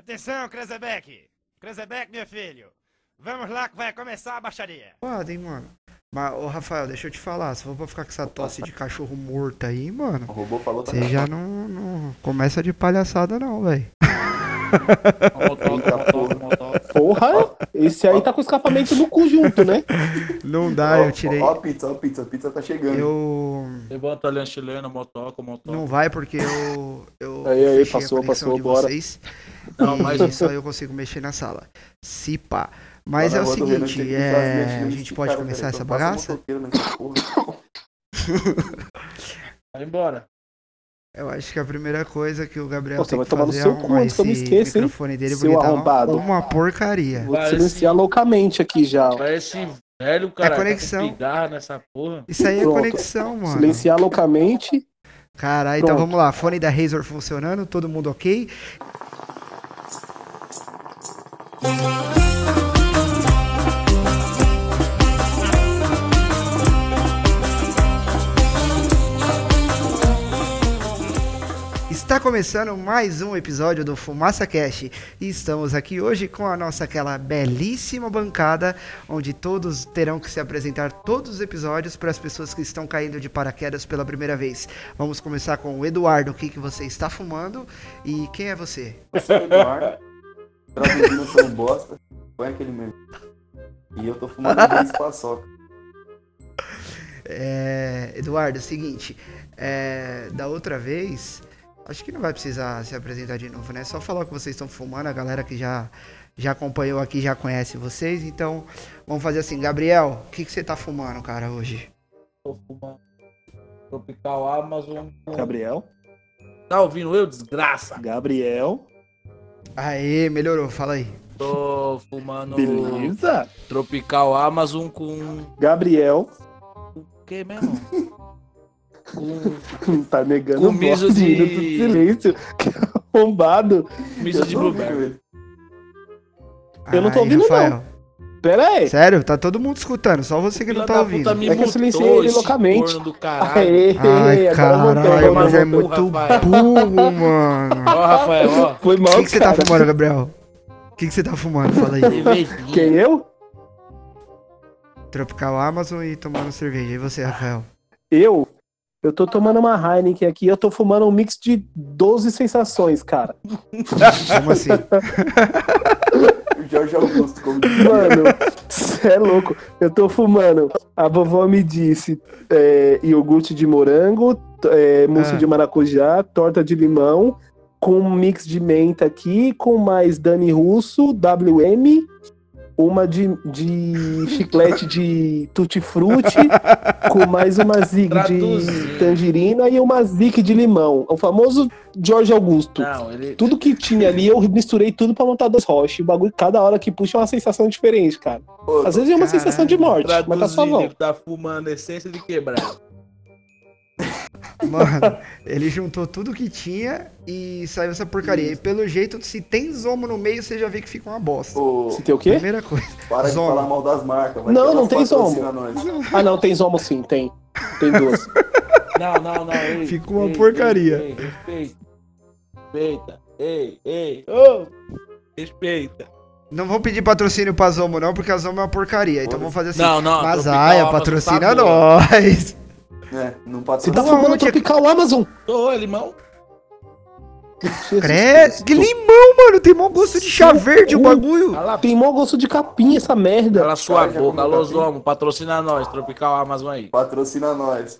Atenção, Krezebeck! Krezebeck, meu filho! Vamos lá que vai começar a baixaria! Foda, hein, mano. Mas, ô, Rafael, deixa eu te falar. Se for pra ficar com essa tosse de cachorro morto aí, O mano, robô falou tá você já não, não começa de palhaçada, não, velho. Porra, esse aí tá com escapamento no cu junto, né? Não dá, Ah, eu tirei. Ó, ó, pizza, ó, pizza, pizza tá chegando. Eu. Levanta a chilena, motoca, motoca. Não vai porque eu. eu Aí, aí, fechei a passou, conexão passou, de bora. vocês. Não, E mas- só eu consigo mexer na sala. Se pá. Mas Lá é na o rua do Renan tem seguinte, que entrar as é, minhas a filhas, gente pode cara, começar velho, essa eu passo um bagaça? motoqueiro nessa porra. Vai embora. Eu acho que a primeira coisa que o Gabriel Pô, você tem vai que tomar no fazer é seu cu arrumar antes que eu me esse esqueça, hein, microfone dele seu porque tá arrombado. uma porcaria. Vou te Vai, silenciar loucamente aqui já. ó. Vai esse velho, cara. É conexão. Tá com pigarra nessa porra. Isso aí é Pronto. conexão, mano. Silenciar loucamente. Caralho, então Pronto. vamos lá. Fone da Razor funcionando, todo mundo ok? Está começando mais um episódio do Fumaça Cash e estamos aqui hoje com a nossa aquela belíssima bancada onde todos terão que se apresentar todos os episódios para as pessoas que estão caindo de paraquedas pela primeira vez. Vamos começar com o Eduardo, o que, que você está fumando e quem é você? Eu sou o Eduardo. Traduzindo, eu sou um bosta. Põe aquele mesmo. E eu tô fumando dois paçoca. É, Eduardo, é o seguinte, é, da outra vez, acho que não vai precisar se apresentar de novo, né? Só falar o que vocês estão fumando, a galera que já, já acompanhou aqui já conhece vocês, então vamos fazer assim, Gabriel, o que, que você tá fumando, cara, hoje? Tô fumando. Tropical Amazon. Gabriel. Tá ouvindo eu, desgraça? Gabriel. Aê, melhorou, fala aí. Tô fumando Beleza? Tropical Amazon com. Gabriel. O que mesmo? com Não tá negando Com o miso bode, de- minuto de silêncio. Que é arrombado. misto de Eu tô ouvindo blueberry. ele. Eu não tô ouvindo, Pera aí. Sério? Tá todo mundo escutando, só você que não Filha tá da ouvindo. puta me É que eu mutou, silenciei ele esse loucamente. corno do caralho. Aê, tá Ai, agora voltou, caralho, agora mas é voltou. muito Rafael. burro, mano. Ó, Rafael, ó. Foi O mal, que, que você tá cara. fumando, Gabriel? O que, que você tá fumando? Fala aí. cervejinha. Quem, eu? Tropical Amazon e tomando cerveja. E você, Rafael? Eu? Eu tô tomando uma Heineken aqui, eu tô fumando um mix de 12 sensações, cara. Como assim? O Jorge Augusto, como diz. Mano, cê é louco. Eu tô fumando. A vovó me disse é, iogurte de morango, t- é, mousse Ah. de maracujá, torta de limão, com um mix de menta aqui, com mais Dani Russo, WM, uma de, de chiclete de tutti-frutti, com mais uma zig Traduzir. de tangerina e uma zig de limão. O famoso Jorge Augusto. Não, ele. Tudo que tinha ali, eu misturei tudo pra montar dois rochas. O bagulho, cada hora que puxa, é uma sensação diferente, cara. Ô, Às vezes é uma Caralho. sensação de morte, mas tá Traduzindo, suavão. ele tá fumando essência de quebrado. Mano, ele juntou tudo que tinha e saiu essa porcaria. E pelo jeito, se tem zomo no meio, você já vê que fica uma bosta. ô, Se tem o quê? Primeira coisa. para de Zoma. falar mal das marcas. vai Não, que não elas tem patrocina nós. Ah, não, tem zomo sim, tem. Tem duas. Não, não, não. Ei, Fica uma porcaria. Ei, ei, respeita. Respeita. Ei, ei. Ô! Respeita. Não vou pedir patrocínio pra Zomo, não, porque a Zomo é uma porcaria. Então vamos fazer assim. Não, não, Mas Tropical ai, Amazon patrocina tá boa. nós. É, não Você patrocina. tá Não, fumando onde é que- tropical Amazon. Ô, limão. Jesus Credo. Cristo. Que limão, mano. Tem mau gosto de chá Seu verde o cu. bagulho. Tem mau gosto de capim essa merda. Cala sua Cara, já boca. comeu Alô, Zomo, patrocina nós, Tropical Amazon aí. Patrocina nós.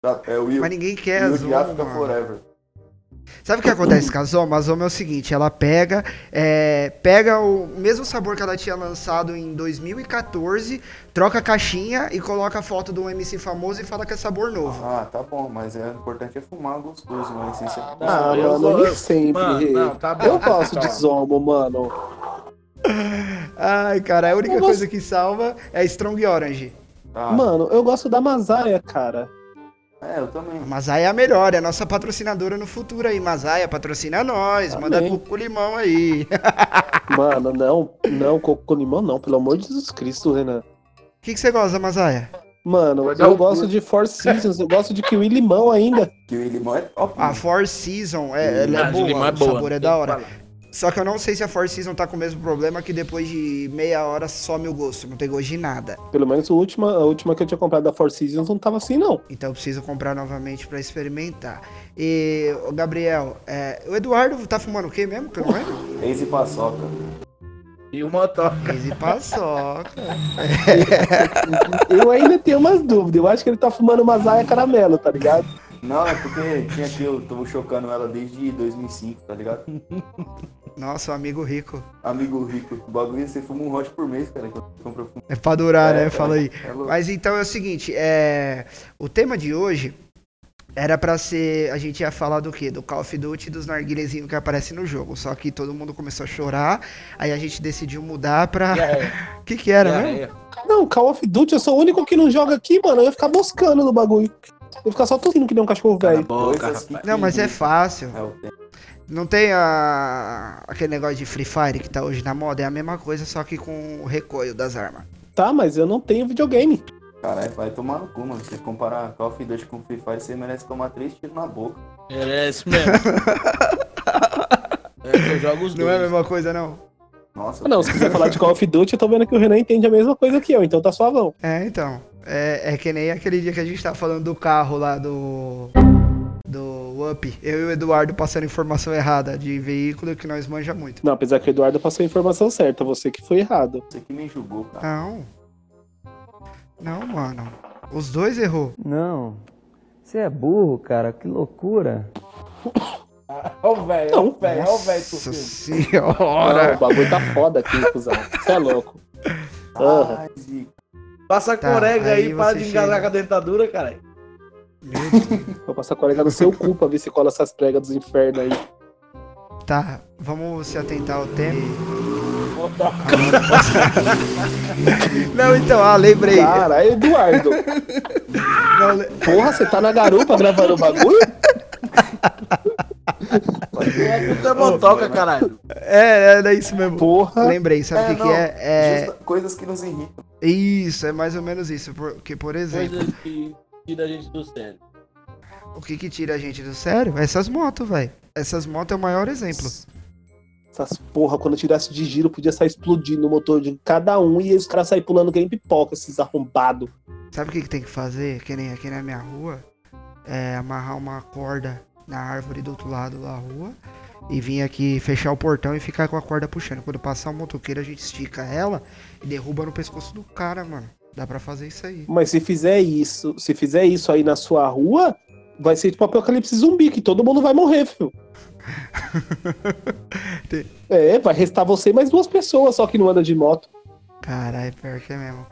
Tá, É o Will. Mas ninguém quer a Will de Zomo, África mano. Forever. Sabe o que acontece com a Zoma? A Zoma é o seguinte, ela pega, é, pega o mesmo sabor que ela tinha lançado em 2014, troca a caixinha e coloca a foto de um MC famoso e fala que é sabor novo. Ah, tá bom, mas é o importante é fumar gostoso, não é essência. Ah, eu mano, vou- nem sempre. Mano, não, tá bom. Eu gosto de Tá. zomo, mano. Ai, cara, a única Nossa. coisa que salva é Strong Orange. Ah, Mano, eu gosto da Mazaia, cara. É, eu também. A Mazaia é a melhor, é a nossa patrocinadora no futuro aí. Mazaia, patrocina nós, Amém. manda cuco com limão aí. O Mano, não, não, coco com limão não, pelo amor de Jesus Cristo, Renan. que, que você gosta, Mazaia? Mano, Vai dar eu um gosto de Four Seasons, eu gosto de kiwi limão ainda. Que o limão é top. A Four Season, é, ela é Verdade, boa, limão é o boa, sabor é tem da que hora. falar. Só que eu não sei se a Four Seasons tá com o mesmo problema que depois de meia hora some o gosto, não tem gosto de nada. Pelo menos a última, a última que eu tinha comprado da Four Seasons não tava assim, não. Então eu preciso comprar novamente pra experimentar. E, ô, Gabriel, é, o Eduardo tá fumando o quê mesmo? Que eu não lembro? Eis e paçoca. E o motor. Easy paçoca. Eu ainda tenho umas dúvidas. Eu acho que ele tá fumando uma zaia caramelo, tá ligado? Não, é porque tinha que eu tô chocando ela desde 2005, tá ligado? Nossa, um amigo rico. Amigo rico, o bagulho você fuma um hot por mês, cara, que eu compro fumo. É pra durar, É, né? Fala aí. É louco. Mas então é o seguinte, é... o tema de hoje era pra ser, a gente ia falar do quê? Do Call of Duty e dos narguilezinhos que aparecem no jogo, só que todo mundo começou a chorar, aí a gente decidiu mudar pra... E aí? O que que era, né? E aí? Não, Call of Duty, eu sou o único que não joga aqui, mano. Eu ia ficar moscando no bagulho. Eu ia ficar só tossindo que nem um cachorro Cala a velho. boca, Coisas que rapaz. Não, mas é fácil. É o tempo. Não tem a... aquele negócio de Free Fire que tá hoje na moda, é a mesma coisa, só que com o recoil das armas. Tá, mas eu não tenho videogame. Caralho, vai tomar no cu, mano. Você comparar Call of Duty com Free Fire, você merece tomar três tiros na boca. Merece mesmo. É que eu jogo os Não é a dois. mesma coisa, não? Nossa, Ah, não, se quiser falar de Call of Duty, eu tô vendo que o Renan entende a mesma coisa que eu, então tá suavão. É, então. É, é que nem aquele dia que a gente tava falando do carro lá do... Do Up. Eu e o Eduardo passando informação errada de veículo que nós manja muito. Não, apesar que o Eduardo passou a informação certa, você que foi errado. você que me julgou, cara. Não. Não, mano. Os dois errou. Não. Você é burro, cara. Que loucura. Ó o velho, ó o velho, ó o velho tu Nossa filho. Não, senhora. o bagulho tá foda aqui, cuzão. Você é louco. Porra. Ai, Zico. Passa a Tá, corega aí, aí para você de engasgar chega. com a dentadura, caralho. Meu Deus. Vou passar colega no seu cu pra ver se cola essas pregas dos infernos aí. Tá, vamos se atentar ao tema. Ah, Motor. Não, então, ah, lembrei. Cara, é Eduardo. Não, le- Porra, você tá na garupa gravando o bagulho? É puta motoca, caralho. É, era isso mesmo. Porra. Lembrei, sabe o É, que, não. que é? É Justa- Coisas que nos irritam. isso, é mais ou menos isso. Porque, por exemplo, Coisas que tira a gente do sério. o que que tira a gente do sério? Essas motos, velho. Essas motos é o maior exemplo. Essas porra, quando eu tirasse de giro, podia sair explodindo o motor de cada um e aí os caras saírem pulando que nem pipoca, esses arrombados. Sabe o que, que tem que fazer? Que nem aqui na minha rua, é amarrar uma corda na árvore do outro lado da rua e vir aqui fechar o portão e ficar com a corda puxando. Quando passar o motoqueiro, a gente estica ela e derruba no pescoço do cara, mano. Dá pra fazer isso aí. Mas se fizer isso, se fizer isso aí na sua rua, vai ser tipo apocalipse zumbi, que todo mundo vai morrer, filho. Tem- É, vai restar você e mais duas pessoas só que não anda de moto. Caralho, pior que é mesmo.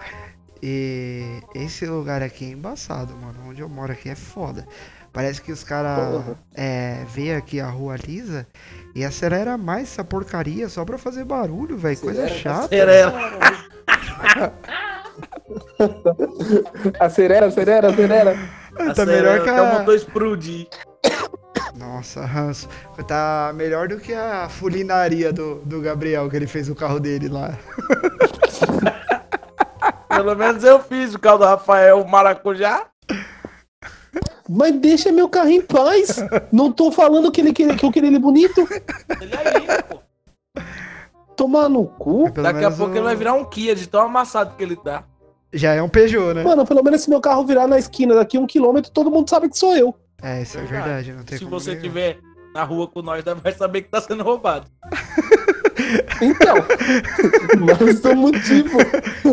E esse lugar aqui é embaçado, mano. Onde eu moro aqui é foda. Parece que os caras Porra. é, vê aqui a rua lisa e acelera mais essa porcaria só pra fazer barulho, velho. Coisa chata. Serela. Acelera, acelera, acelera. Tá melhor que Até o a... motor explodir. Nossa, ranço. Tá melhor do que a fulinaria do, do Gabriel que ele fez o carro dele lá. Pelo menos eu fiz o carro do Rafael Maracujá. Mas deixa meu carro em paz. Não tô falando que, ele, que, que eu queria ele bonito. Ele é lindo, pô. Tomar no cu. Pelo Daqui a menos pouco o- ele vai virar um Kia de tão amassado que ele tá. Já é um Peugeot, né? Mano, pelo menos se meu carro virar na esquina daqui um quilômetro, todo mundo sabe que sou eu. É, isso é verdade. Não tem Se como você negar. tiver na rua com nós, vai saber que tá sendo roubado. Então. Mas o motivo.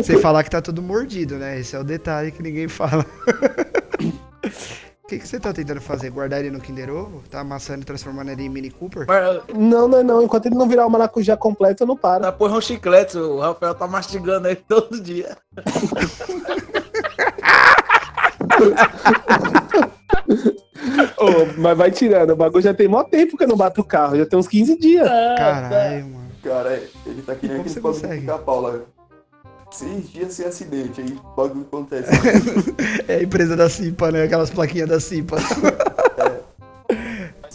Sem falar que tá tudo mordido, né? Esse é o detalhe que ninguém fala. O que, que você tá tentando fazer? Guardar ele no Kinder Ovo? Tá amassando e transformando ele em Mini Cooper? Mas Não, é não, não. Enquanto ele não virar o maracujá completo, eu não paro. tá porra um chiclete, o Rafael tá mastigando ele todo dia. Ô, mas vai tirando. O bagulho já tem mó tempo que eu não bato o carro. Já tem uns 15 dias. Caralho, mano. Cara, ele tá que nem Como aquele você bagulho consegue? de pica-pau lá. Seis dias sem acidente, aí o bagulho acontece. É a empresa da Cipa, né? Aquelas plaquinhas da Cipa.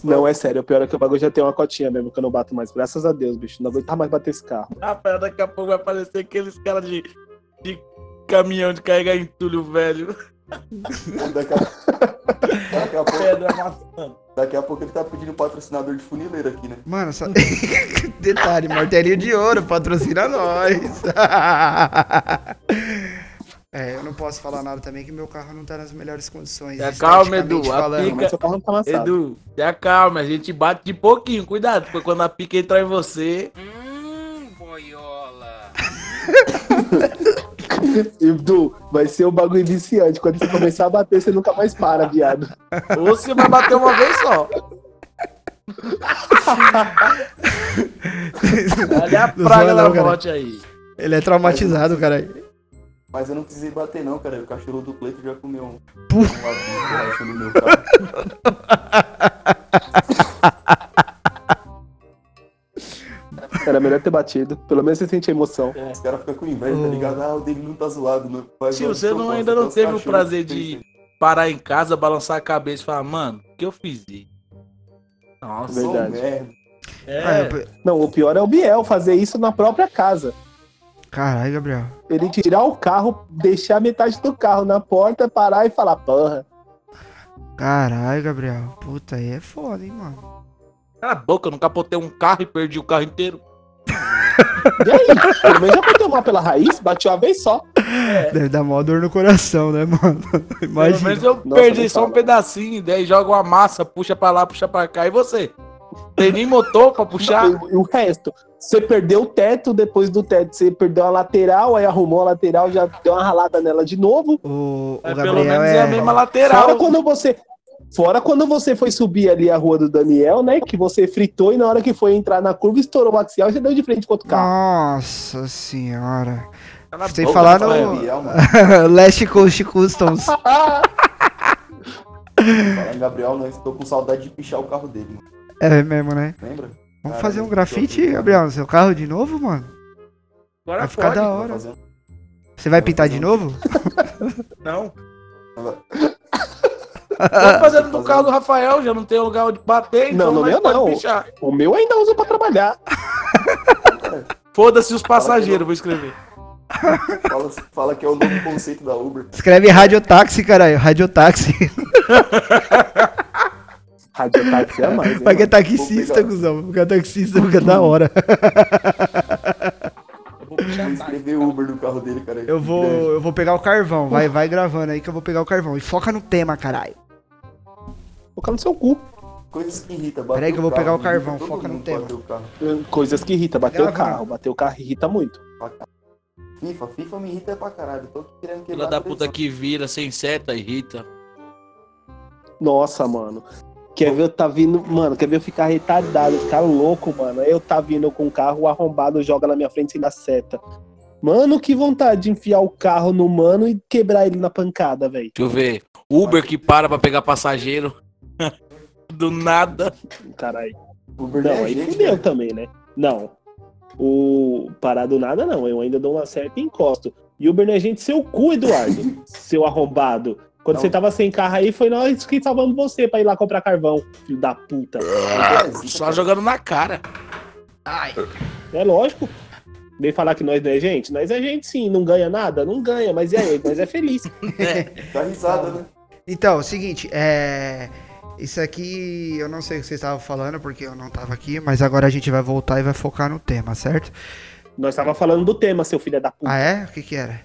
Não, é sério. O pior é que o bagulho já tem uma cotinha mesmo que eu não bato mais. Graças a Deus, bicho. Não aguentar mais bater esse carro. Rafael daqui a pouco vai parecer aqueles caras de, de caminhão de carregar entulho velho. Daqui a... Daqui, a pouco, Pedro amassando. daqui a pouco ele tá pedindo patrocinador de funileiro aqui, né? Mano, só... detalhe, martelinho de ouro, patrocina nós. é, eu não posso falar nada também que meu carro não tá nas melhores condições. Tá calmo, Edu, esteticamente a pica- Mas seu carro não tá amassado. Edu, se acalma, a gente bate de pouquinho, cuidado, porque quando a pica entrar em você. Edu, vai ser um bagulho viciante. Quando você começar a bater, você nunca mais para, viado. Ou você vai bater uma vez só. Olha a Não praga zoa da não, cara. morte aí. Ele é traumatizado, cara. Mas eu não precisei bater não, cara. O cachorro do Cleiton já comeu um, Puf. um labirinto no meu carro. Era melhor ter batido. Pelo menos você sente a emoção. Os caras ficam com inveja, tá Oh. ligado? Ah, o dele não tá zoado, não. Vai É. Tio, zoar, você então não, bota, ainda até não os teve o cachorros prazer têm, de parar em casa, balançar a cabeça e falar, mano, o que eu fiz? isso?" Nossa, Sou um Verdade. merda. Ah, é, eu- Não, o pior é o Biel fazer isso na própria casa. Caralho, Gabriel. Ele tirar o carro, deixar metade do carro na porta, parar e falar, porra. Caralho, Gabriel. Puta, aí é foda, hein, mano. cala a boca, eu nunca capotei um carro e perdi o carro inteiro. E aí? Pelo menos já cortou mal pela raiz, bateu uma vez só. Deve dar mó dor no coração, né, mano? Pelo Imagina. menos eu Nossa, perdi nem só um fala. pedacinho, daí joga uma massa, puxa pra lá, puxa pra cá, e você? Tem nem motor pra puxar? E o resto? Você perdeu o teto, depois do teto você perdeu a lateral, aí arrumou a lateral, já deu uma ralada nela de novo. O, o Mas pelo Gabriel menos é... a é... mesma lateral. Fora quando você. Fora quando você foi subir ali a rua do Daniel, né? Que você fritou e na hora que foi entrar na curva, estourou o axial e você deu de frente com outro carro. Nossa senhora. Cala a Sem Tá boca, falar Rafael. no- Gabriel, mano. Last Coast Customs. Falar em Gabriel, não, estou com saudade de pichar o carro dele, mano. É mesmo, né? Lembra? Vamos Cara, fazer um eu- grafite, eu- Gabriel, no seu carro de novo, mano? Agora Vai ficar pode. da Vai hora. fazer um- Você vai pintar de novo? Não. Ela- Tô fazendo do carro do Rafael, já não tem lugar onde bater, Ah, Não, então no nós meu pode não. pichar. O meu ainda usa pra trabalhar. Foda-se os passageiros, vou escrever. Fala, fala que é o novo conceito da Uber. Escreve radiotáxi, caralho. Radiotáxi. Radiotáxi é mais, hein? Vai que é taxista, Obrigado. cuzão. Vai que é taxista, porque é da hora. Eu vou pichar Vou escrever Uber no carro dele, cara. Eu vou, eu vou pegar o carvão. Vai, vai gravando aí que eu vou pegar o carvão. E foca no tema, caralho. Focar no seu cu. Coisas que irritam. Peraí bater que eu vou pegar o carro, carvão, todo foca no mundo tema. bateu o carro. Coisas que irritam. Bater o Grava, carro. Bater o carro irrita muito. FIFA, FIFA me irrita pra caralho. Tô querendo quebrar Filha a da puta televisão. que vira sem seta, irrita. Nossa, mano. Quer ver eu tá vindo. Mano, quer ver eu ficar retardado, ficar louco, mano. Eu tá vindo com o carro, o arrombado joga na minha frente sem dar seta. Mano, que vontade de enfiar o carro no mano e quebrar ele na pancada, velho. Deixa eu ver. Uber que para pra pegar passageiro. Do nada. Caralho. Uber Não, é aí gente, fudeu cara. também, né? Não. O parar do nada, não. Eu ainda dou uma certa e encosto. E Uber não é gente, seu cu, Eduardo. seu arrombado. Quando Não. você tava sem carro aí, foi nós que salvamos você pra ir lá comprar carvão, filho da puta. Uber é zica, Só cara. jogando na cara. É lógico. Vem falar que nós não é gente? Nós é gente sim, não ganha nada? Não ganha, mas e aí? Nós é feliz. Dá risada, né? Então, é o seguinte, é. Isso aqui eu não sei o que vocês estavam falando, porque eu não tava aqui, mas agora a gente vai voltar e vai focar no tema, certo? Nós tava falando do tema, seu filho da puta. Ah, é? O que que era?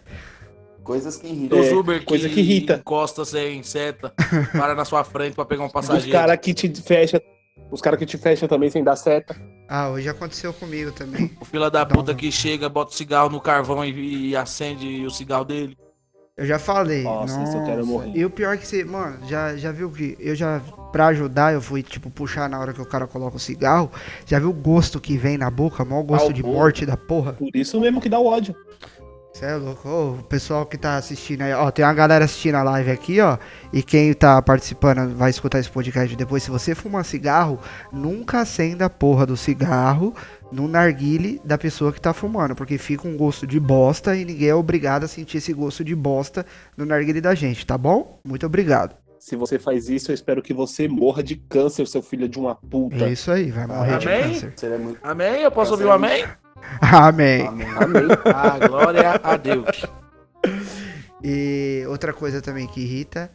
Coisas que irritam. Dos Uber É, coisa que irrita. encosta sem seta. Para na sua frente pra pegar um Os passageiro. caras que te fecha, os caras que te fecha também sem dar seta. Ah, hoje aconteceu comigo também. O filho da Não, puta um- não. que chega, bota o cigarro no carvão e, e acende o cigarro dele. Eu já falei. Nossa, isso eu quero nossa. morrer. E o pior é que você, mano, já, já viu que eu já, pra ajudar, eu fui, tipo, puxar na hora que o cara coloca o cigarro. Já viu o gosto que vem na boca? Mó gosto de morte da porra. Por isso mesmo que dá o ódio. Você é louco, Ô, o pessoal que tá assistindo aí, ó, tem uma galera assistindo a live aqui, ó, e quem tá participando vai escutar esse podcast depois, se você fumar cigarro, nunca acenda a porra do cigarro no narguile da pessoa que tá fumando, porque fica um gosto de bosta e ninguém é obrigado a sentir esse gosto de bosta no narguile da gente, tá bom? Muito obrigado. Se você faz isso, eu espero que você morra de câncer, seu filho de uma puta. É isso aí, vai morrer de Amém? câncer. Será é muito. Amém? Eu posso ouvir um amém? Amém. Amém. Amém. Ah, glória a Deus. E outra coisa também que irrita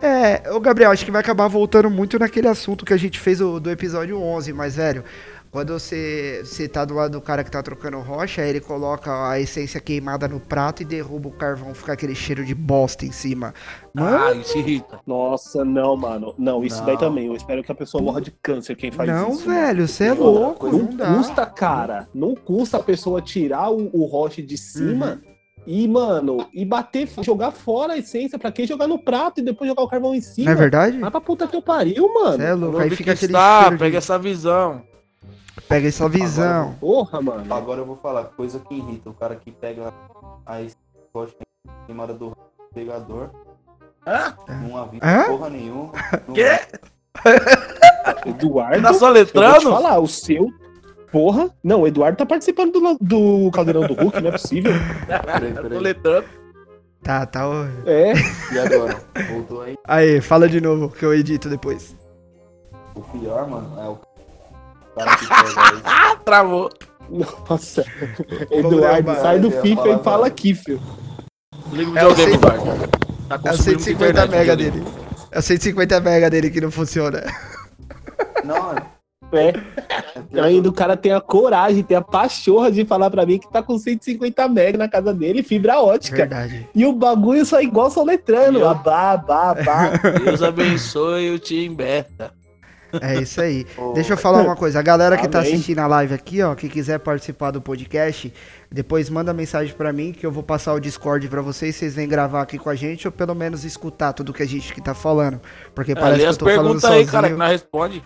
é, o Gabriel, acho que vai acabar voltando muito naquele assunto que a gente fez o- do episódio 11, mas velho, quando você, você tá do lado do cara que tá trocando rocha, aí ele coloca a essência queimada no prato e derruba o carvão, fica aquele cheiro de bosta em cima. Mano, Ah, isso irrita. Nossa, não, mano. Não, isso Não. daí também. Eu espero que a pessoa morra de câncer quem faz não, isso. mano. velho, você é Não, louco, coisa- não, Não dá. custa, cara. Não custa a pessoa tirar o, o roche de cima Uhum. e, mano, e bater, jogar fora a essência. Pra quem jogar no prato e depois jogar o carvão em cima? Não é verdade? Vai pra puta que eu pariu, Você mano. é louco, aí fica aquele Está, cheiro de- pega essa visão. pega essa visão. Porra, mano. Tá, Agora eu vou falar, coisa que irrita, o cara que pega a escote queimada do pegador. Não avisa Hã? porra nenhuma. não- Quê? Eduardo. Tá eu vou te soletrando? falar, o seu. Porra. Não, o Eduardo tá participando do, la- do Caldeirão do Hulk, não é possível. Peraí, Tá peraí. soletrando. Tá, tá. ó. É. E agora? Voltou aí. Aí, fala de novo que eu edito depois. O pior, mano, é o cara que pega Ah, travou. Nossa. Vamos Eduardo, derrubar, sai do eu ia FIFA falar, e fala mano. aqui, filho. Liga o É o videogame, cento- Eduardo. Tá É o consumindo muita 150 internet, mega videogame. dele. É o 150 mega dele que não funciona. isso. Não, é. É. é E Ainda o cara tem a coragem, tem a pachorra de falar pra mim que tá com 150 mega na casa dele, fibra ótica. É Verdade. E o bagulho só é igual soletrando. Ah, Eu- Abá, abá, abá. Deus abençoe o time Berta. É isso aí. o- Deixa eu falar uma coisa. A galera que tá Amém. assistindo a live aqui, ó, que quiser participar do podcast, depois manda mensagem pra mim que eu vou passar o Discord pra vocês. Vocês vêm gravar aqui com a gente ou pelo menos escutar tudo que a gente que tá falando. Porque É, parece lê que eu as tô falando perguntas aí, sozinho. cara, que nós responde.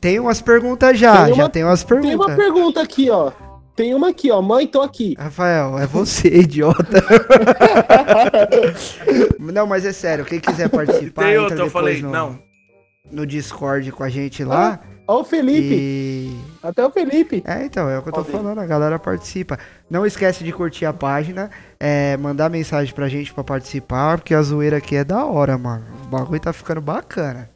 Tem umas perguntas já, Tem uma- já tem umas Tem uma perguntas. pergunta aqui, ó. Tem uma aqui, ó. Mãe, tô aqui. Rafael, é você, idiota. não, mas é sério, quem quiser participar, Tem entra outra, eu depois falei, no, não. no Discord com a gente lá. Ó o Felipe. e... Até o Felipe. É, então, é o que eu tô Pode ir. falando, a galera participa. Não esquece de curtir a página, é, mandar mensagem pra gente pra participar, porque a zoeira aqui é da hora, mano. O bagulho tá ficando bacana.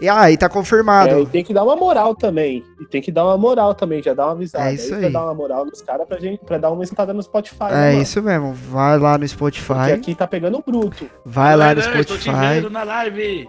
E aí, tá É, e confirmado. tem que dar uma moral também. E tem que dar uma moral também, já dá uma avisada. É isso Pra aí. dar uma moral nos caras pra, gente- pra dar uma escada no Spotify. né, É, mano? isso mesmo. Vai lá no Porque Spotify. aqui tá pegando bruto. Vai lá no Leandro, Tô te Spotify. vendo na live.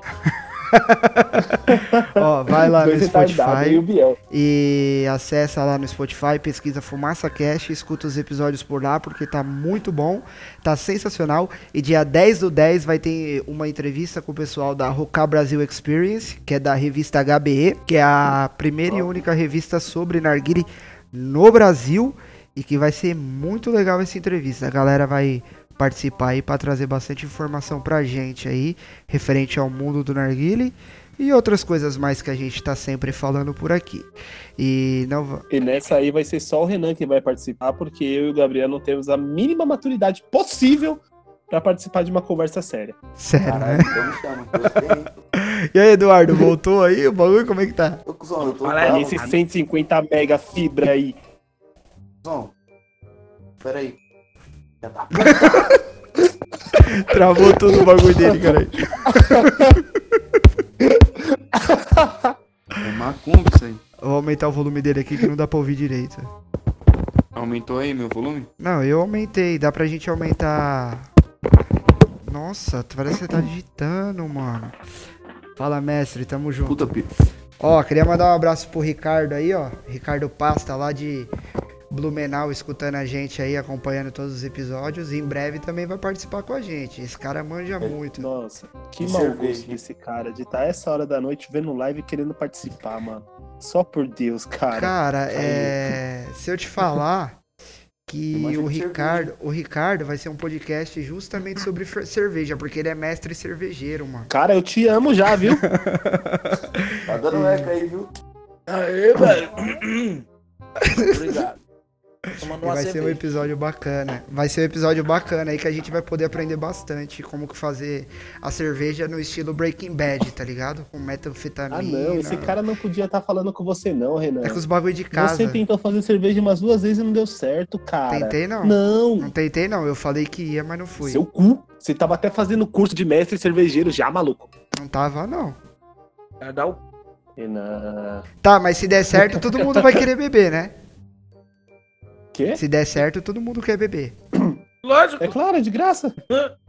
Ó, vai lá no Dois retardados, e tá o Spotify. Biel. E acessa lá no Spotify, pesquisa Fumaça Cash, escuta os episódios por lá, porque tá muito bom, tá sensacional. E dia 10 do 10 vai ter uma entrevista com o pessoal da Rocar Brasil Experience, que é da revista HBE, que é a primeira e única revista sobre narguile no Brasil. E que vai ser muito legal essa entrevista. A galera vai participar aí pra trazer bastante informação pra gente aí, referente ao mundo do narguile e outras coisas mais que a gente tá sempre falando por aqui. E não va- E nessa aí vai ser só o Renan que vai participar, porque eu e o Gabriel não temos a mínima maturidade possível pra participar de uma conversa séria. sério, Caralho, né? então me chama, que eu sei. E aí, Eduardo, voltou aí o bagulho? Como é que tá? Ô, cuzão, eu tô Fala aí, bravo, Esse 150 mega fibra aí. cuzão. Peraí. Já tá Travou todo o bagulho dele, cara. É macumba isso aí. Eu vou aumentar o volume dele aqui que não dá pra ouvir direito. Aumentou aí meu volume? Não, eu aumentei. Dá pra gente aumentar. Nossa, parece que você tá digitando, mano. Fala, mestre, tamo junto. Puta, pi. Ó, queria mandar um abraço pro Ricardo aí, ó. Ricardo Pasta lá de Blumenau escutando a gente aí, acompanhando todos os episódios. Em breve também vai participar com a gente. Esse cara manja muito. Nossa, que E mau cerveja, gosto hein? desse cara de estar essa hora da noite vendo live e querendo participar, mano. Só por Deus, cara. Cara, é, se eu te falar que Imagina o de cerveja. Ricardo, o Ricardo vai ser um podcast justamente sobre fer- cerveja, porque ele é mestre cervejeiro, mano. Cara, eu te amo já, viu? Tá dando eco aí, viu? Aê, velho. Obrigado. Tô Tomando E uma vai ser um cerveja. episódio bacana. Vai ser um episódio bacana aí que a gente vai poder aprender bastante como que fazer a cerveja no estilo Breaking Bad, tá ligado? Com metanfetamina. Ah, não, esse cara não podia estar falando com você, não, Renan. É com os bagulho de casa. Você tentou fazer cerveja umas duas vezes e não deu certo, cara. Tentei não. não. Não, tentei não. Eu falei que ia, mas não fui. seu cu. Você tava até fazendo curso de mestre cervejeiro já, maluco. Não tava não. Cara, dá um- o- Renan. Tá, mas se der certo, todo mundo vai querer beber, né? Quê? Se der certo, todo mundo quer beber. Lógico. É claro, é de graça.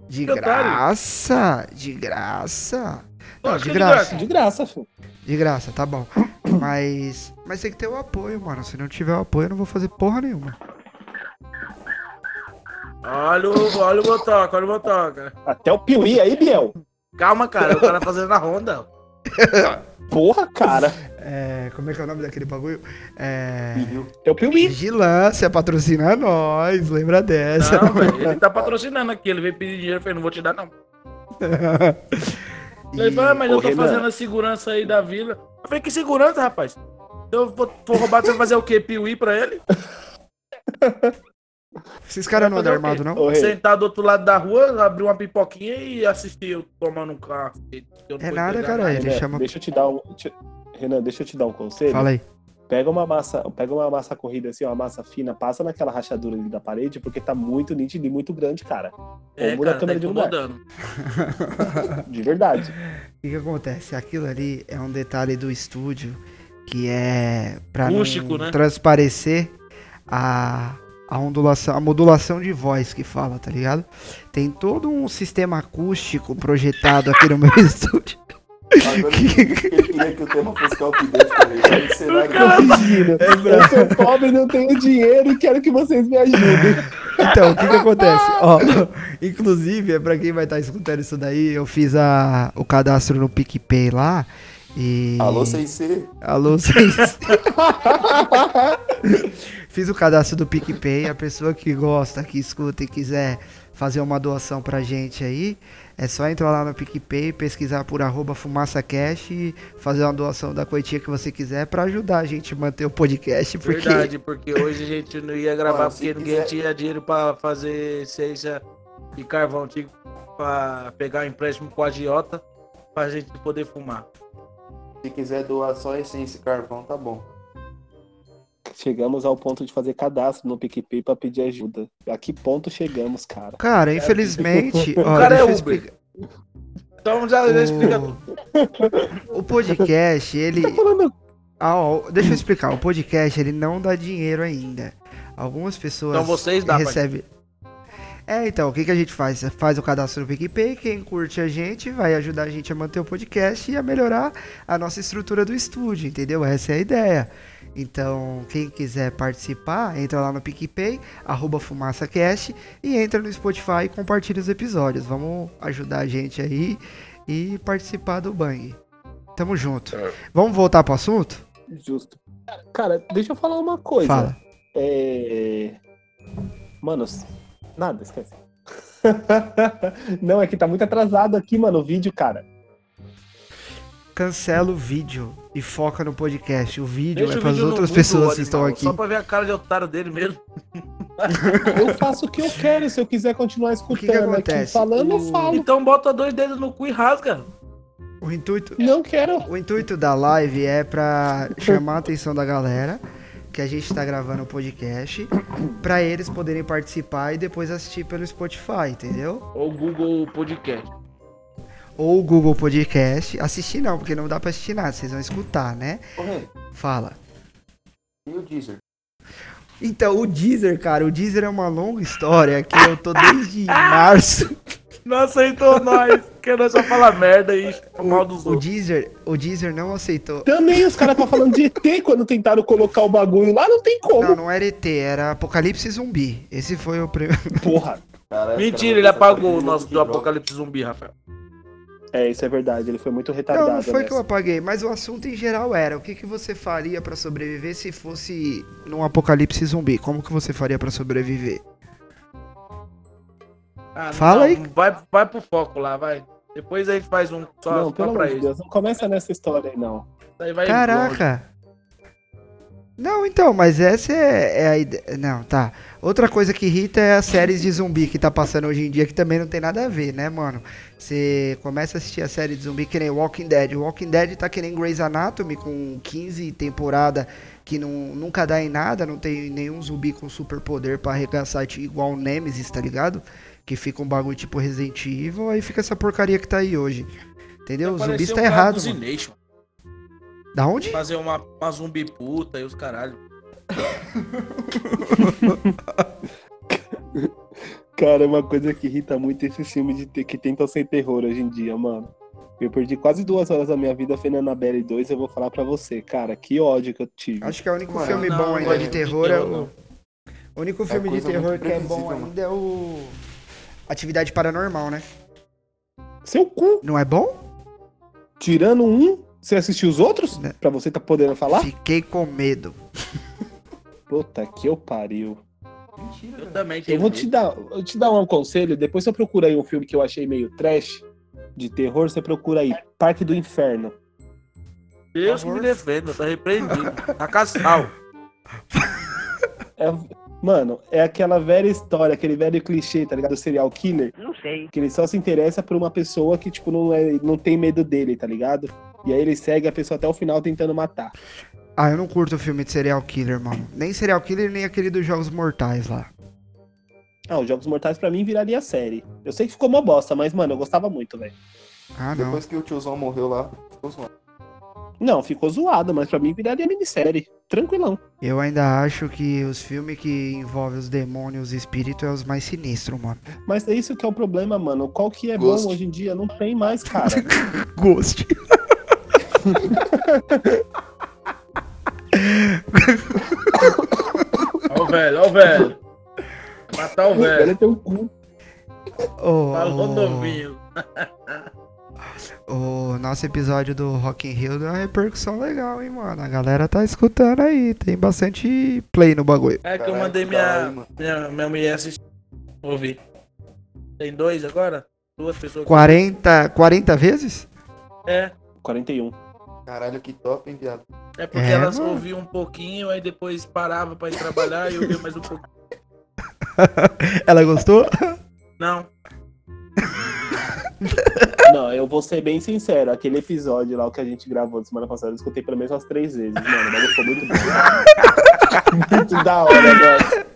De Que otário. graça, de graça. Não, Lógico de que é de graça. De graça, filho. De graça, tá bom. Mas, mas tem que ter o apoio, mano. Se não tiver o apoio, eu não vou fazer porra nenhuma. Olha o, olha o motoca, olha o motoca. Até o Piuí aí, Biel. Calma, cara, o cara tá fazendo na ronda. Porra, cara. É, como é que é o nome daquele bagulho? É, Pediu. Até o Piuí. vigilância patrocina nós, lembra dessa? Não, velho, ele tá patrocinando aqui, ele veio pedir dinheiro, eu falei, não vou te dar não. Ele falou, ah, mas eu Ô, tô né? Renan. fazendo a segurança aí da vila. Eu falei, que segurança, rapaz? Se eu for, for roubado, você vai fazer o quê? Piuí pra ele? Esses caras não andam Fazer o quê? armado, não? Ô, Rei. Sentar do outro lado da rua, abrir uma pipoquinha e assistir eu tomando um carro. É nada, cara. Ele Renan, chama. Deixa eu te dar um. te- Renan, deixa eu te dar um conselho. Fala aí. Pega uma massa, pega uma massa corrida assim, uma massa fina, passa naquela rachadura ali da parede, porque tá muito nítido e muito grande, cara. É, Ou muda cara, a tá câmera de lugar. incomodando. De verdade. O que, que acontece? Aquilo ali é um detalhe do estúdio que é pra Acústico, não né? transparecer a, a ondulação, a modulação de voz que fala, tá ligado? Tem todo um sistema acústico projetado aqui no meu estúdio. Agora ele queria que o tema fosse Call of Duty, cara. Ele falou, Será que Eu É imagino. eu sou pobre, não tenho dinheiro e quero que vocês me ajudem. Então, o que que acontece? Ó, inclusive, é pra quem vai estar escutando isso daí, eu fiz a, o cadastro no PicPay lá e... Alô, sem ser. Alô, vocês. Fiz o cadastro do PicPay. A pessoa que gosta, que escuta e quiser fazer uma doação pra gente aí, é só entrar lá no PicPay, pesquisar por arroba fumaçacash e fazer uma doação da quantia que você quiser pra ajudar a gente a manter o podcast. Porque Verdade, porque hoje a gente não ia gravar Mano, se porque ninguém quiser- tinha dinheiro pra fazer ciência e carvão tinha pra pegar um empréstimo com a agiota pra gente poder fumar. Se quiser doar só essência e carvão, tá bom. Chegamos ao ponto de fazer cadastro no PicPay pra pedir ajuda. A que ponto chegamos, cara? Cara, infelizmente. ó, É. cara é deixa eu Uber. explicar- Então já, já explica tudo. O podcast, ele. Tá falando Ah, ó, deixa eu explicar. O podcast ele não dá dinheiro ainda. Algumas pessoas Então vocês dá, recebem. É, então, o que, que a gente faz? Você Faz o cadastro no PicPay, quem curte a gente vai ajudar a gente a manter o podcast e a melhorar a nossa estrutura do estúdio, entendeu? Essa é a ideia. Então, quem quiser participar, entra lá no PicPay, arroba FumaçaCast e entra no Spotify e compartilha os episódios. Vamos ajudar a gente aí e participar do Bang. Tamo junto. É. Vamos voltar pro assunto? justo. Cara, deixa eu falar uma coisa. Fala. É. Mano, s- nada, esquece. Não, é que tá muito atrasado aqui, mano, o vídeo, cara. Cancela o vídeo e foca no podcast. O vídeo Deixa é o para as vídeo no outras mudo, pessoas que animal, estão aqui. Só pra ver a cara de otário dele mesmo. Eu faço o que eu quero, se eu quiser continuar que escutando aqui. acontece? Falando, eu O- falo. Então bota dois dedos no cu e rasga. O intuito, Não quero. o intuito da live é para chamar a atenção da galera que a gente tá gravando o podcast para eles poderem participar e depois assistir pelo Spotify, entendeu? Ou Google Podcast. Ou o Google Podcast. Assistir não, porque não dá para assistir nada, vocês vão escutar, né? Ô, Ren, Fala. e o Deezer? Então, o Deezer, cara, o Deezer é uma longa história que eu tô desde março Não aceitou nós, que nós só falar merda e mal dos O outros. Deezer, o Deezer não aceitou. Também os caras tá falando de ET quando tentaram colocar o bagulho lá, não tem como. Não, não era ET, era Apocalipse Zumbi. Esse foi o primeiro. Porra. Cara, esse cara Mentira, ele vai começar apagou com o nosso de do droga. Apocalipse Zumbi, Rafael. É, isso é verdade, ele foi muito retardado. Não, não foi nessa. que eu apaguei, mas o assunto em geral era o que, que você faria pra sobreviver se fosse num apocalipse zumbi? Como que você faria pra sobreviver? Ah, não, Fala aí. Vai, vai pro foco lá, vai. Depois a gente faz um só, Não, só pelo pra amor de isso. Deus, não começa nessa história aí, não. Aí vai longe. Caraca! Não, então, mas essa é, é a ideia. Não, tá. Outra coisa que irrita é as séries de zumbi que tá passando hoje em dia, que também não tem nada a ver, né, mano? Você começa a assistir a série de zumbi que nem Walking Dead. Walking Dead tá que nem Grey's Anatomy, com 15 temporada que não, nunca dá em nada, não tem nenhum zumbi com superpoder pra arregaçar tipo, igual o Nemesis, tá ligado? Que fica um bagulho tipo Resident Evil, aí fica essa porcaria que tá aí hoje. Entendeu? O zumbi Parecia está um cara errado. dos Mano. Ination, Da onde? Fazer uma, uma zumbi puta e os caralho. Cara, uma coisa que irrita muito é esse filme de te- que tentam ser terror hoje em dia, mano. Eu perdi quase duas horas da minha vida vendo Annabelle 2 eu vou falar pra você, cara, que ódio que eu tive. Acho que é o único Mano, filme não, bom ainda é, de de terror. É terror, o... não. o único filme de coisa muito terror que é bom previsível, mano. ainda é o. Atividade Paranormal, né? Seu cu! Não é bom? Tirando um, você assistiu os outros? Né. Pra você tá podendo falar? Fiquei com medo. Puta que eu pariu. Eu também tenho Eu vou medo. te dar, eu te dar um conselho, depois você procura aí um filme que eu achei meio trash, de terror, você procura aí, Parque do Inferno. Deus que me defenda, tá repreendido. Tá casal. É- mano, é aquela velha história, aquele velho clichê, tá ligado? Do serial killer. Não sei. Que ele só se interessa por uma pessoa que, tipo, não, é, não tem medo dele, tá ligado? E aí ele segue a pessoa até o final tentando matar. Ah, eu não curto filme de serial killer, mano. Nem serial killer, nem aquele dos Jogos Mortais lá. Ah, os Jogos Mortais pra mim viraria série. Eu sei que ficou uma bosta, mas, mano, eu gostava muito, velho. Ah, não. Depois que o tiozão morreu lá, ficou zoando. Não, ficou zoado, mas pra mim viraria minissérie. Tranquilão. Eu ainda acho que os filmes que envolvem os demônios e os espíritos é os mais sinistros, mano. Mas é isso que é o problema, mano. Qual que é Ghost. bom hoje em dia? Não tem mais, cara. Ghost. Ó o velho, ó o velho. Matar o velho. né? Ela tem um cu. Oh, Tá Falou novinho. O nosso episódio do Rock in Rio deu uma repercussão legal, hein, mano. A galera tá escutando aí, tem bastante play no bagulho. É que eu Caralho, mandei que minha, da tá hora, hein, mano. minha, minha mulher assistir. Ouvir. Tem dois agora? Duas pessoas. 40, 40 vezes? É, 41. Caralho, que top, hein, viado. é porque É, elas mano. ouviam um pouquinho, aí depois parava pra ir trabalhar e eu ouvia mais um pouquinho. Ela gostou? Não, Não, eu vou ser bem sincero. Aquele episódio lá que a gente gravou semana passada, eu escutei pelo menos umas três vezes, mano. Mas ficou muito bom. muito da hora, mano.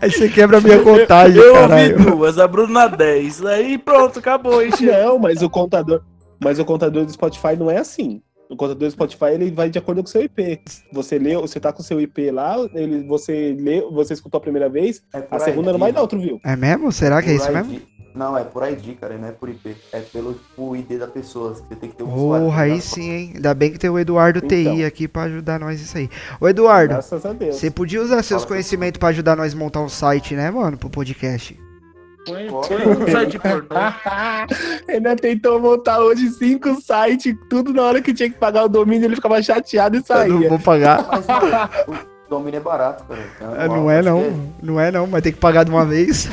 Aí você quebra a minha contagem, eu caralho. ouvi duas, a Bruna 10. Aí pronto, acabou, encheu. Não, mas o contador. Mas o contador do Spotify não é assim. O contador do Spotify ele vai de acordo com o seu IP. Você lê, você tá com o seu IP lá, ele, você lê, você escutou a primeira vez, É a por segunda ID, não vai dar mano. outro view. É mesmo? Será que é isso Por mesmo? ID. Não, é por ID, cara, não é por IP. É pelo tipo, ID da pessoa. Você tem que ter um usuário, tá Porra, aí ligado? sim, hein? Ainda bem que tem o Eduardo TI Então. aqui pra ajudar nós isso aí. Ô, Eduardo, Graças a Deus. você podia usar seus Fala. conhecimentos pra ajudar nós a montar um site, né, mano, pro podcast? Põe, Ó. põe um site pornô. Ainda tentou montar hoje cinco sites, tudo na hora que tinha que pagar o domínio, ele ficava chateado e Eu não saía. vou pagar. Mas, mano, o domínio é barato, cara. Ah, Não é não, não é não, mas tem que pagar de uma vez.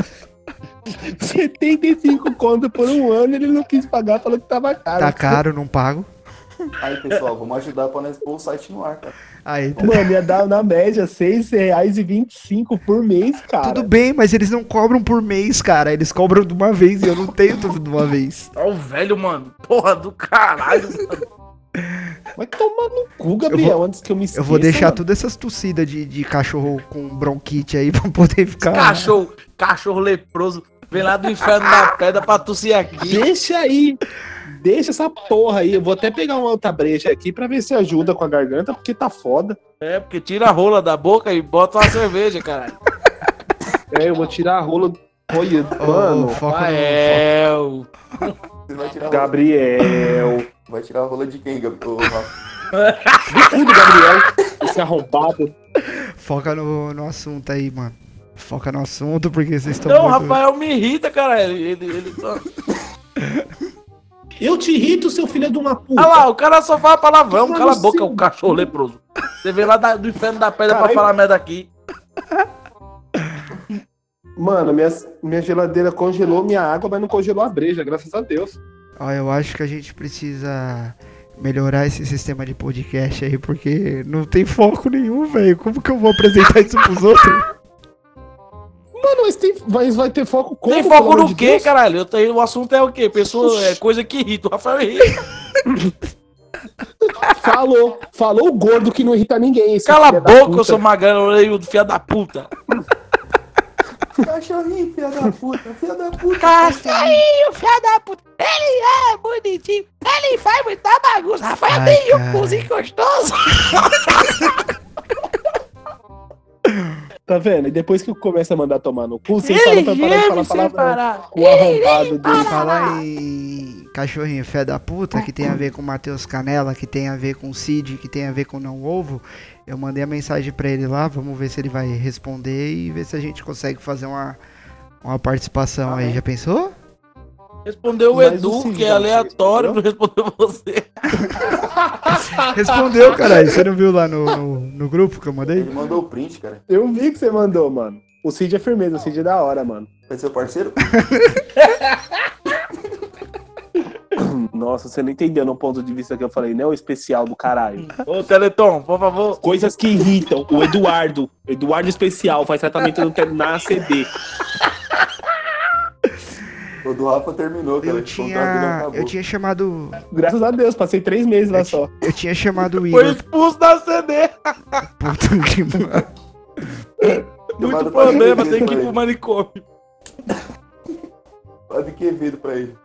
75 conto por um ano, ele não quis pagar, falou que tava caro. Tá caro, não pago. Aí, pessoal, vamos ajudar pra nós pôr o site no ar, cara. Aí, tá. Mano, ia dar na média R$ 6,25 por mês, cara. Tudo bem, mas eles não cobram por mês, cara. Eles cobram de uma vez e eu não tenho tudo de uma vez. Ó o velho, mano. Porra do caralho. mano. Vai tomar no cu, Gabriel, antes que eu me esqueça. Eu vou deixar mano. todas essas tossidas de, de cachorro com bronquite aí pra poder ficar. Cachorro, cachorro leproso. Vem lá do inferno da pedra pra tossir aqui. Deixa aí. Deixa essa porra aí. Eu vou até pegar uma outra breja aqui pra ver se ajuda com a garganta, porque tá foda. É, porque tira a rola da boca e bota uma cerveja, caralho. É, eu vou tirar a rola. Olha, Ô, mano. foco no- é, o- Você vai tirar a rola, Gabriel. vai tirar a rola de quem, Gabriel? Do cu do Gabriel. Esse arrombado. Foca no, no assunto aí, mano. Foca no assunto, porque vocês estão. Não, o muito- Rafael me irrita, caralho. Ele, ele só... Eu te irrito, seu filho de uma puta. Olha lá, o cara só fala palavrão. Mano, Cala a boca, seu- o cachorro leproso. Você vem lá da- do inferno da pedra pra Caralho. falar merda aqui. Mano, minha, minha geladeira congelou minha água, mas não congelou a breja, graças a Deus. Ó, eu acho que a gente precisa melhorar esse sistema de podcast aí, porque não tem foco nenhum, velho. Como que eu vou apresentar isso pros outros? Mano, mas, tem, mas vai ter foco como? Tem pelo foco amor no de quê, Deus? caralho? Eu tenho- o assunto é o quê? Pessoa, é coisa que irrita. O Rafael irrita. Falou. Falou o gordo que não irrita ninguém. esse Cala a filho da boca, puta. eu sou magrelo, orelho do filho da puta. Cachorrinho, filha da puta, filha da puta. Cachorrinho, filho da puta. Ele é bonitinho. Ele faz muita bagunça. Rafael Ai, tem um cara. cozinho gostoso. Tá vendo? E depois que começa a mandar tomar no cu, você fala pra parar de Ele falar vive sem palavrão. parar. O arrombado dele. Falar em cachorrinho fé da puta, que tem a ver com o Matheus Canela, que tem a ver com o Cid, que tem a ver com o Não Ovo, eu mandei a mensagem pra ele lá, vamos ver se ele vai responder e ver se a gente consegue fazer uma, uma participação aí. Já pensou? Respondeu o Mas o Edu, Cid que é já aleatório, não respondeu você. Respondeu, caralho. Você não viu lá no, no, no grupo que eu mandei? Ele mandou o print, cara. Eu vi que você mandou, mano. O Cid é firmeza, o Cid é da hora, mano. Foi seu parceiro? Nossa, você não entendeu no ponto de vista que eu falei, não, especial do caralho. Hum. Ô, Teleton, por favor. Coisas que irritam. O Eduardo. Eduardo especial faz tratamento no, te- na ACD. O do Rafa terminou, cara. Eu O contrato dele é um tinha, acabou. eu tinha chamado. Graças a Deus, passei três meses lá só. Eu tinha chamado o Foi Igor. expulso da CD. Puta que pariu. Muito Tomado problema, pra tem que ir ele. pro manicômio. Pode que evento pra ele.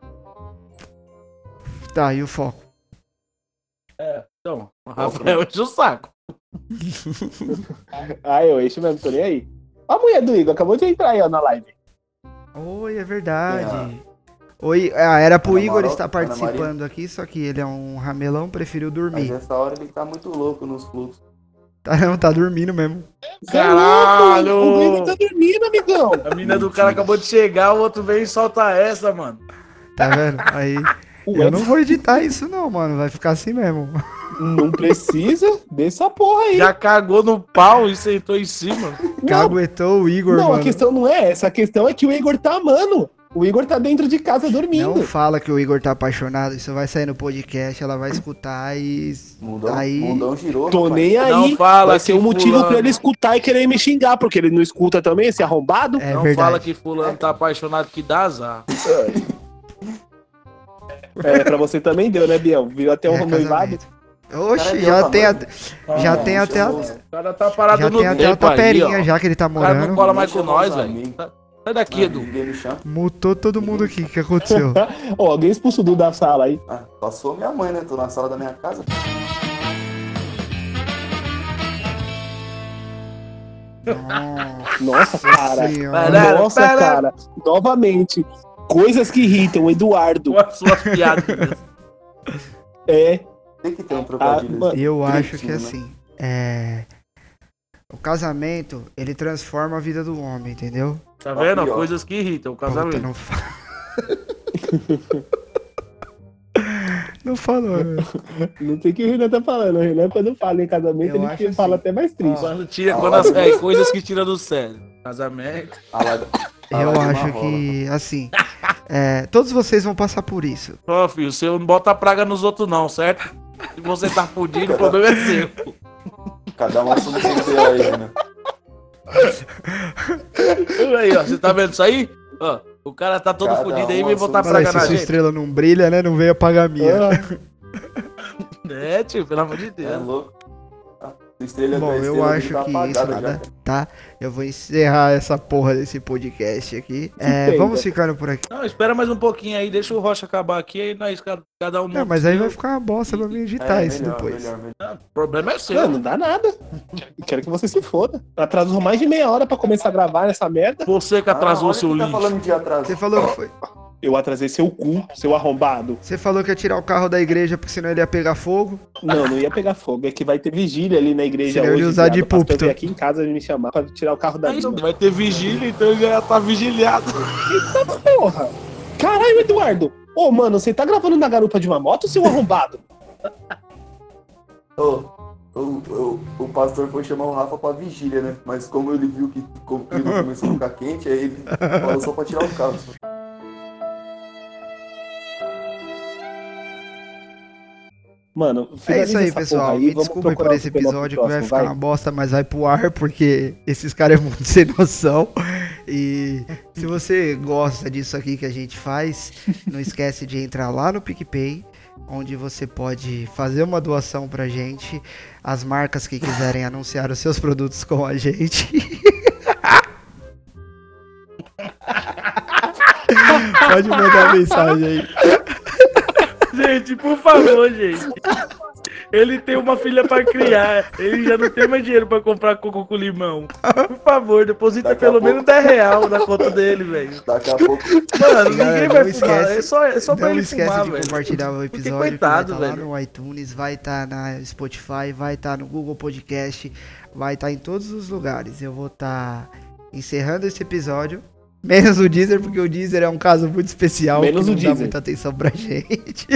Tá, e o foco? Então, o Tá Rafael enche o saco. Ah, eu encho mesmo, tô nem aí. Ó a mulher do Igor, acabou de entrar aí, ó, na live. Oi, é verdade. Oi, ah, era pro Ana Igor Maro- estar Ana Maria. participando aqui, só que ele é um ramelão, preferiu Mas dormir. nessa hora ele tá muito louco nos fluxos. Tá, não, tá dormindo mesmo. Caralho! é O Igor tá dormindo, amigão. A mina do cara acabou de chegar, o outro vem e solta essa, mano. Tá vendo? Aí. Ué. Eu não vou editar isso, não, mano. Vai ficar assim mesmo. Não precisa dessa porra aí. Já cagou no pau e sentou em cima. Não, Caguetou o Igor, não a mano. questão não é essa. A questão é que o Igor tá amando. O Igor tá dentro de casa dormindo. Não fala que o Igor tá apaixonado. Isso vai sair no podcast, ela vai escutar e. Mundão, Aí- mundão girou. Tô rapaz. nem aí. Não fala Vai ser que um motivo fulano- pra ele escutar e querer me xingar, porque ele não escuta também, esse arrombado. É não verdade. fala que fulano tá apaixonado que dá azar. É, pra você também deu, né, Biel? Viu até É, um noivado. casamento. Oxe, Cara, já deu tem, tamanho. a- já Ah, tem até a- chamou- O cara tá já parado no tem até a tempo aí, ó. taperinha já que ele tá O cara não morando. cola mais com Chamou os nós, velho. amigos. Sai- Sai daqui, Ah, Edu. ninguém me chama. Mutou todo mundo aqui. O que aconteceu? Ó, alguém expulsou o Du da sala aí. Ah, passou minha mãe, né? Tô na sala da minha casa. Nossa Nossa, cara. senhora. Caralho, Nossa, para. cara. Novamente. Coisas que irritam, Eduardo. Com as suas piadas. É. Tem que ter Ah, um trocadilho. mano. Eu acho que Direitinho, né? assim, é. O casamento, ele transforma a vida do homem, entendeu? Tá vendo? pior. Coisas que irritam o Puta, casamento. não fala. não falou. né? Não tem o que o Renan tá falando. O Renan, quando fala em casamento, Eu ele acho fica- fala assim. até mais triste. Quando tira, quando as, é, coisas que tira do sério. Casamento. A lá- a Eu lá de acho uma rola. que, assim, é, todos vocês vão passar por isso. Ó, filho, você não bota praga nos outros, não, certo? Se você tá fudido, o problema é seu. Cada um assume seu pior aí, né? Aí, ó, você tá vendo isso aí? Ó, o cara tá todo Cada fudido aí e um vem botar assume praga Peraí, na se sua gente. estrela não brilha, né? Não veio apagar a minha. Ah, É, tio, pelo amor de É Deus. louco. Ah, Estrela Bom, da eu estrela acho dele tá que isso apagada já, nada, cara. tá? Eu vou encerrar essa porra desse podcast aqui. É, pena. né? vamos ficando por aqui. Não, espera mais um pouquinho aí, deixa o Rocha acabar aqui, aí nós, ca- cada um. Não, mas aí vai ficar uma bosta pra mim editar É, Tá isso melhor, depois. melhor, melhor. Não, O problema é seu. Não, não dá nada. Quero que você se foda. Atrasou mais de meia hora pra começar a gravar essa merda. Você que Ah, atrasou olha o seu quem lixo. Tá falando de atraso. Você falou que foi. Eu atrasei seu cu, seu arrombado. Você falou que ia tirar o carro da igreja porque senão ele ia pegar fogo. Não, não ia pegar fogo. É que vai ter vigília ali na igreja Senão ele hoje. ia usar de viado. O pastor púlpito. veio aqui em casa me chamar pra tirar o carro da Aí, mina. vai ter vigília, então ele já tá vigiliado. Porra! Caralho, Eduardo! Ô, mano, você tá gravando na garupa de uma moto, seu arrombado? Ô, o, o, o pastor foi chamar o Rafa pra vigília, né? Mas como ele viu que o clima começou a ficar quente, aí ele falou só pra tirar um o carro. só. Mano, É finaliza isso aí, essa pessoal. porra aí, Me vamos desculpem procurar por esse outro tema pro episódio que vai próximo, ficar uma bosta, mas vai pro ar, porque esses caras é muito sem noção. E se você gosta disso aqui que a gente faz, não esquece de entrar lá no PicPay, onde você pode fazer uma doação pra gente, as marcas que quiserem anunciar os seus produtos com a gente. pode mandar mensagem aí. gente, por favor, gente. Ele tem uma filha pra criar. Ele já não tem mais dinheiro pra comprar coco com limão. Por favor, deposita Daqui a pelo pouco. menos 10 real na conta dele, velho. Daqui a pouco. Mano, Galera, ninguém não vai esquece- fumar. É só, é só pra não ele esquece fumar, de velho. compartilhar o Porque episódio coitado, que vai estar velho. lá no iTunes, vai estar na Spotify, vai estar no Google Podcast, vai estar em todos os lugares. Eu vou tá estar encerrando esse episódio, menos o Deezer, porque o Deezer é um caso muito especial Menos que não o dá Deezer. muita atenção pra gente.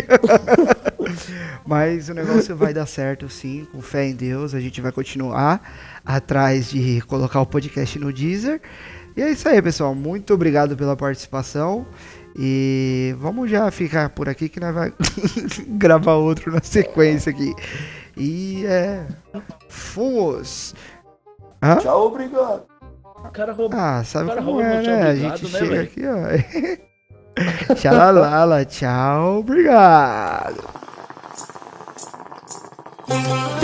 Mas o negócio vai dar certo sim, com fé em Deus, a gente vai continuar atrás de colocar o podcast no Deezer. E é isso aí, pessoal. Muito obrigado pela participação. E vamos já ficar por aqui que nós vai gravar outro na sequência aqui. E é. Fumos! Tchau, obrigado. O cara roubou. Ah, sabe Cara, como rouba é, muito né? A obrigado, gente né, chega velho? aqui, ó. Tchalalala, tchau, obrigado! Thank